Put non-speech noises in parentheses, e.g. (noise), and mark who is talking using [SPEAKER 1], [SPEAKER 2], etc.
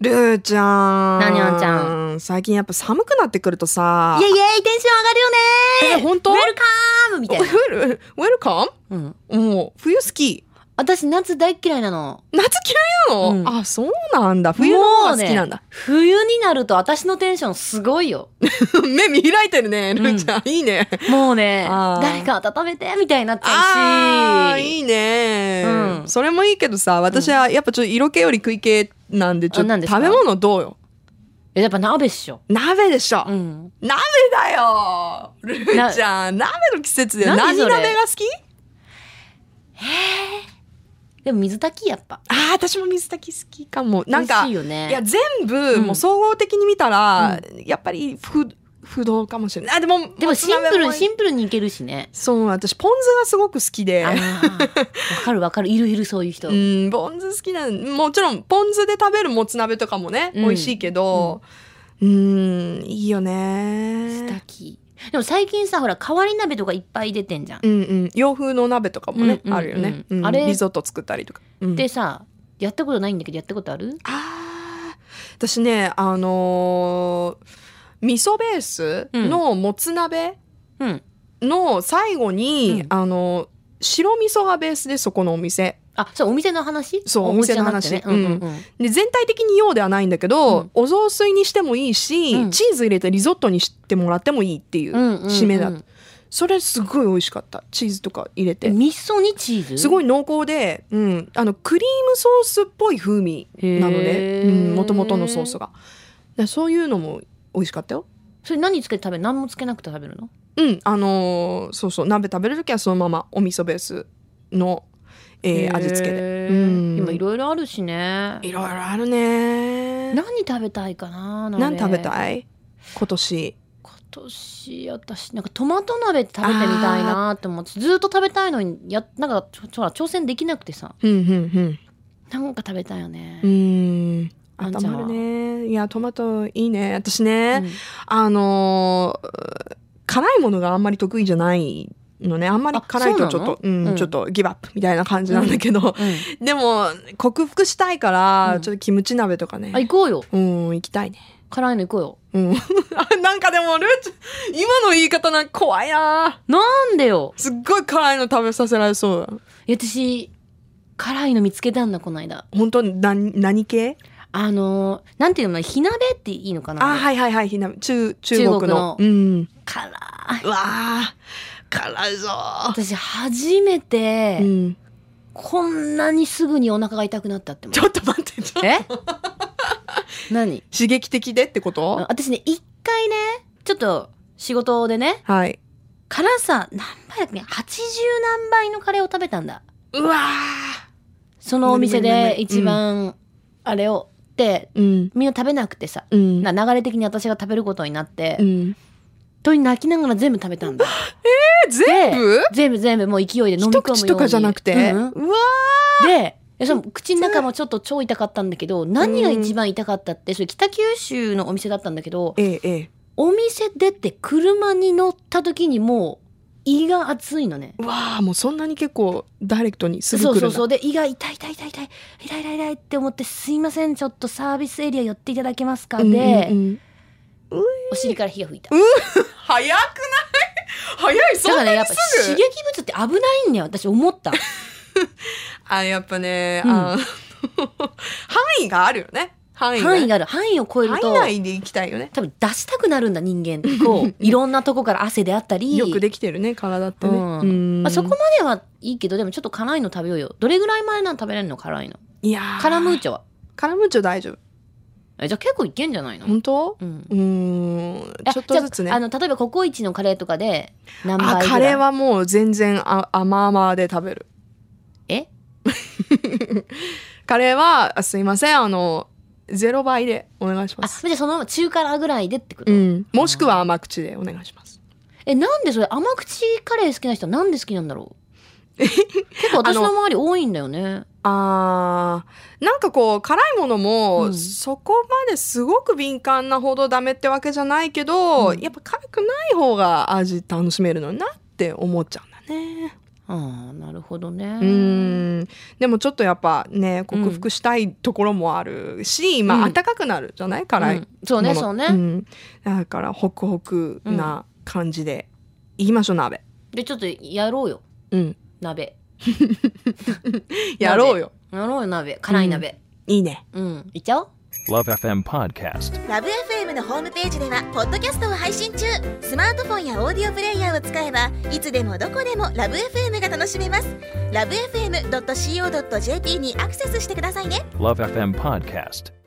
[SPEAKER 1] ルーちゃん。
[SPEAKER 2] なにょんち
[SPEAKER 1] ん。最近やっぱ寒くなってくるとさ。
[SPEAKER 2] イエイイエイテンション上がるよね
[SPEAKER 1] え本当
[SPEAKER 2] ウェルカームみたいな。
[SPEAKER 1] ウェル、ウェルカ
[SPEAKER 2] うん。
[SPEAKER 1] ムもう、冬好き。
[SPEAKER 2] 私、夏大っ嫌いなの。
[SPEAKER 1] 夏嫌いなの、
[SPEAKER 2] うん
[SPEAKER 1] あ、そうなんだ。冬の方が好きなんだ。
[SPEAKER 2] 冬になると私のテンションすごいよ。
[SPEAKER 1] (laughs) 目見開いてるね、ルーちゃん。いいね。
[SPEAKER 2] もうね、
[SPEAKER 1] あー
[SPEAKER 2] 誰か温めてみたいになっち
[SPEAKER 1] あ
[SPEAKER 2] ゃ
[SPEAKER 1] あ、
[SPEAKER 2] うし。
[SPEAKER 1] いいね、
[SPEAKER 2] うん
[SPEAKER 1] それもいいけどさ、私はやっぱちょっと色気より食い気なんで、ちょっ
[SPEAKER 2] あなん
[SPEAKER 1] と
[SPEAKER 2] ですか
[SPEAKER 1] 食べ物どうよ。
[SPEAKER 2] えやっぱ鍋っしょ。
[SPEAKER 1] 鍋でしょ。
[SPEAKER 2] うん。
[SPEAKER 1] 鍋だよルーちゃん。鍋の季節で何
[SPEAKER 2] 何そ
[SPEAKER 1] 鍋
[SPEAKER 2] れ
[SPEAKER 1] が好き
[SPEAKER 2] でも水炊きやっぱ。
[SPEAKER 1] ああ、私も水炊き好きかも。なん
[SPEAKER 2] 美味
[SPEAKER 1] か、
[SPEAKER 2] しい
[SPEAKER 1] い
[SPEAKER 2] よね。
[SPEAKER 1] や、全部、
[SPEAKER 2] うん
[SPEAKER 1] もう総合的に見たら、やっぱり不、不動かもしれない。あ、でも、
[SPEAKER 2] でもシンプル、シ
[SPEAKER 1] ン
[SPEAKER 2] ンプルにいけるしね。
[SPEAKER 1] そう、私、ポン酢がすごく好きで
[SPEAKER 2] あ。ーわかるわかる。いるいるそういう人。
[SPEAKER 1] うん、ポン酢好きなのもちろん、ポン酢で食べるもつ鍋とかもね、
[SPEAKER 2] うん
[SPEAKER 1] 美味しいけど、うん、いいよ
[SPEAKER 2] 水
[SPEAKER 1] ね。
[SPEAKER 2] 炊き。でも最近さ、ほら、変わり鍋とかいっぱい出てんじゃん。
[SPEAKER 1] うんうん、洋風の鍋とかもね、
[SPEAKER 2] うんうんうん
[SPEAKER 1] あるよね、うん
[SPEAKER 2] あれ
[SPEAKER 1] リゾット作ったりとか。うん
[SPEAKER 2] でさ、やったことないんだけど、やったことある
[SPEAKER 1] ああ私ねあのー味噌ベースのもつ鍋
[SPEAKER 2] うん。
[SPEAKER 1] の最後に、
[SPEAKER 2] うん
[SPEAKER 1] あのー白味噌がベースでそこのお店
[SPEAKER 2] あ、そう、お店の話
[SPEAKER 1] そう
[SPEAKER 2] お店の
[SPEAKER 1] お店
[SPEAKER 2] 話
[SPEAKER 1] の
[SPEAKER 2] ね。
[SPEAKER 1] 話
[SPEAKER 2] うんうんうん。
[SPEAKER 1] で全体的にようではないんだけど、
[SPEAKER 2] うん
[SPEAKER 1] お雑炊にしてもいいし、
[SPEAKER 2] うん
[SPEAKER 1] チーズ入れてリゾットにしてもらってもいいっていう、
[SPEAKER 2] うんうんうん
[SPEAKER 1] 締めだそれすごい美味しかったチーズとか入れ
[SPEAKER 2] え
[SPEAKER 1] て
[SPEAKER 2] 味噌にチーズ
[SPEAKER 1] すご
[SPEAKER 2] い
[SPEAKER 1] い濃厚で、うん、あのクリームソースっぽい風味なのでもともとのソースがでそういうのも美味しかったよ
[SPEAKER 2] それ何つけて食べる何もつけなくて食べるの
[SPEAKER 1] うん、あのーそうそう鍋食べる時はそのままお味噌ベースの、えー味付けで
[SPEAKER 2] で
[SPEAKER 1] うん
[SPEAKER 2] 今いろいろあるしね
[SPEAKER 1] いろいろあるね
[SPEAKER 2] 何食べたいかな鍋
[SPEAKER 1] 何食べ
[SPEAKER 2] い
[SPEAKER 1] たい今年
[SPEAKER 2] 今年私なんかトマト鍋食べてみたいなって思ってずっと食べたいのにやなんかちょちょほら挑戦できなくてさ
[SPEAKER 1] うんうん
[SPEAKER 2] なんか食べたいよね
[SPEAKER 1] うんう、ーん
[SPEAKER 2] あんちゃんは
[SPEAKER 1] 頭あるねいやトマトいいね私
[SPEAKER 2] う
[SPEAKER 1] ね、
[SPEAKER 2] ん
[SPEAKER 1] あのー辛いものがあんまり得意じゃないのねあんまり辛いと
[SPEAKER 2] あ
[SPEAKER 1] ち
[SPEAKER 2] そう
[SPEAKER 1] ょっ
[SPEAKER 2] な
[SPEAKER 1] と
[SPEAKER 2] の
[SPEAKER 1] うん
[SPEAKER 2] うん
[SPEAKER 1] ちょっとギブアップみたいな感じなんだけど、でも克服したいから、
[SPEAKER 2] うん
[SPEAKER 1] ちょっとキムチ鍋とかね
[SPEAKER 2] あ行こうよ
[SPEAKER 1] うん行きたいね
[SPEAKER 2] 辛いの行こうよ
[SPEAKER 1] うん (laughs) あなんかでもルーちゃん今の言い方なんか怖いな
[SPEAKER 2] なんでよ
[SPEAKER 1] すっごい辛いの食べさせられそうだ
[SPEAKER 2] いや私辛いの見つけたんだこの間
[SPEAKER 1] 本当に何何系
[SPEAKER 2] あのーなんていうの火鍋っていいのかな
[SPEAKER 1] あはいはいはいひな中中国の
[SPEAKER 2] 中国の
[SPEAKER 1] うん
[SPEAKER 2] 辛いう
[SPEAKER 1] わー辛いぞ
[SPEAKER 2] 私初めて、
[SPEAKER 1] ー、うん、
[SPEAKER 2] こんなにすぐにお腹が痛くなったって思
[SPEAKER 1] ちょっと待ってちょっ
[SPEAKER 2] う
[SPEAKER 1] と
[SPEAKER 2] え (laughs) 何
[SPEAKER 1] 刺激的でってこと
[SPEAKER 2] 私ね一回ねちょっと仕事でね
[SPEAKER 1] はい
[SPEAKER 2] 辛さ何倍だっけ80何倍のカレーを食べたんだ
[SPEAKER 1] うわ
[SPEAKER 2] そのお店
[SPEAKER 1] 無理無理無
[SPEAKER 2] で
[SPEAKER 1] 理
[SPEAKER 2] 一番あれをって
[SPEAKER 1] ーうん
[SPEAKER 2] みんな食べなくてさ
[SPEAKER 1] うん
[SPEAKER 2] な流れ的に私が食べることになって
[SPEAKER 1] う、ん
[SPEAKER 2] 本当に泣きながら全部食べたんだ
[SPEAKER 1] え全部
[SPEAKER 2] 全部全部もう勢いで飲み込むように
[SPEAKER 1] 一口とかじゃなくて、
[SPEAKER 2] うんうん
[SPEAKER 1] うわ
[SPEAKER 2] でえその口の中もちょっと超痛かったんだけど何が一番痛かったってそれ北九州のお店だったんだけど
[SPEAKER 1] ーええええ
[SPEAKER 2] お店出て車に乗った時にもう胃が熱いのね。
[SPEAKER 1] うわーもうそんなに結構ダイレクトにすぐ
[SPEAKER 2] そ
[SPEAKER 1] 来るだ
[SPEAKER 2] うんそうそうで胃が痛い痛い痛い痛い痛い痛い痛いって思って「すいませんちょっとサービスエリア寄っていただけますか」で、
[SPEAKER 1] うんうんうん
[SPEAKER 2] お尻から火が吹いた。
[SPEAKER 1] 早くない (laughs) 早いそ
[SPEAKER 2] だ
[SPEAKER 1] う
[SPEAKER 2] からねやっぱ
[SPEAKER 1] すぐ
[SPEAKER 2] 刺激物って危ないんだよ私思った。
[SPEAKER 1] あやっぱね、
[SPEAKER 2] うん
[SPEAKER 1] あの (laughs) 範囲があるよね範囲が
[SPEAKER 2] 範囲がある範囲を超えると
[SPEAKER 1] 範囲内で行きたいよね
[SPEAKER 2] 多分出したくなるんだ人間ってこ
[SPEAKER 1] (laughs)
[SPEAKER 2] ういろんなとこから汗であったり
[SPEAKER 1] よくできてるね体ってね、
[SPEAKER 2] うん
[SPEAKER 1] うん
[SPEAKER 2] まあ、そこまではいいけどでもちょっと辛いの食べようよどれぐらい前なの食べれるの辛いの
[SPEAKER 1] いやー
[SPEAKER 2] カラムーチョは
[SPEAKER 1] カラムーチョ大丈夫
[SPEAKER 2] えじゃあ結構いけんじゃないの、
[SPEAKER 1] 本当
[SPEAKER 2] うん
[SPEAKER 1] うーん
[SPEAKER 2] あ
[SPEAKER 1] ちょっとずつね
[SPEAKER 2] じゃああの例えばココイチのカレーとかで何倍ぐ
[SPEAKER 1] あ
[SPEAKER 2] らい
[SPEAKER 1] カレーはもう全然あ甘々で食べる
[SPEAKER 2] え
[SPEAKER 1] カレーはあすいませんあのゼロ倍でお願いしま
[SPEAKER 2] あ
[SPEAKER 1] す
[SPEAKER 2] じゃあそのまま中辛ぐらいでってこと、
[SPEAKER 1] うんもしくは甘口でお願いします
[SPEAKER 2] えなんでそれ甘口カレー好きな人はなんで好きなん
[SPEAKER 1] (laughs)
[SPEAKER 2] だろう結構私の周り多いんだよね
[SPEAKER 1] あーなんかこう辛いもの
[SPEAKER 2] う
[SPEAKER 1] も
[SPEAKER 2] ん
[SPEAKER 1] そこまですごく敏感なほどダメってわけじゃないけど、
[SPEAKER 2] うん
[SPEAKER 1] やっぱ辛くない方が味楽しめるのになって思っちゃうんだね。
[SPEAKER 2] あああなるほどね
[SPEAKER 1] うーんでもちょっとやっぱね克服したいところもあるし、まあ
[SPEAKER 2] うん
[SPEAKER 1] 暖かくなるじゃない辛い、
[SPEAKER 2] うんそうねそうね、
[SPEAKER 1] んだからホクホクな感じで、いきましょう鍋
[SPEAKER 2] でちょっとやろうよ
[SPEAKER 1] うん
[SPEAKER 2] 鍋
[SPEAKER 1] やろうよ
[SPEAKER 2] やろうよ鍋辛い鍋
[SPEAKER 1] いいね
[SPEAKER 2] うん、いっちゃおう
[SPEAKER 3] Love FM Podcast.
[SPEAKER 4] ラブ f m のホームページではポッドキャストを配信中スマートフォンやオーディオプレイヤーを使えばいつでもどこでもラブ f m が楽しめますラブ FM.co.jp にアクセスしてくださいね
[SPEAKER 3] Love FM Podcast.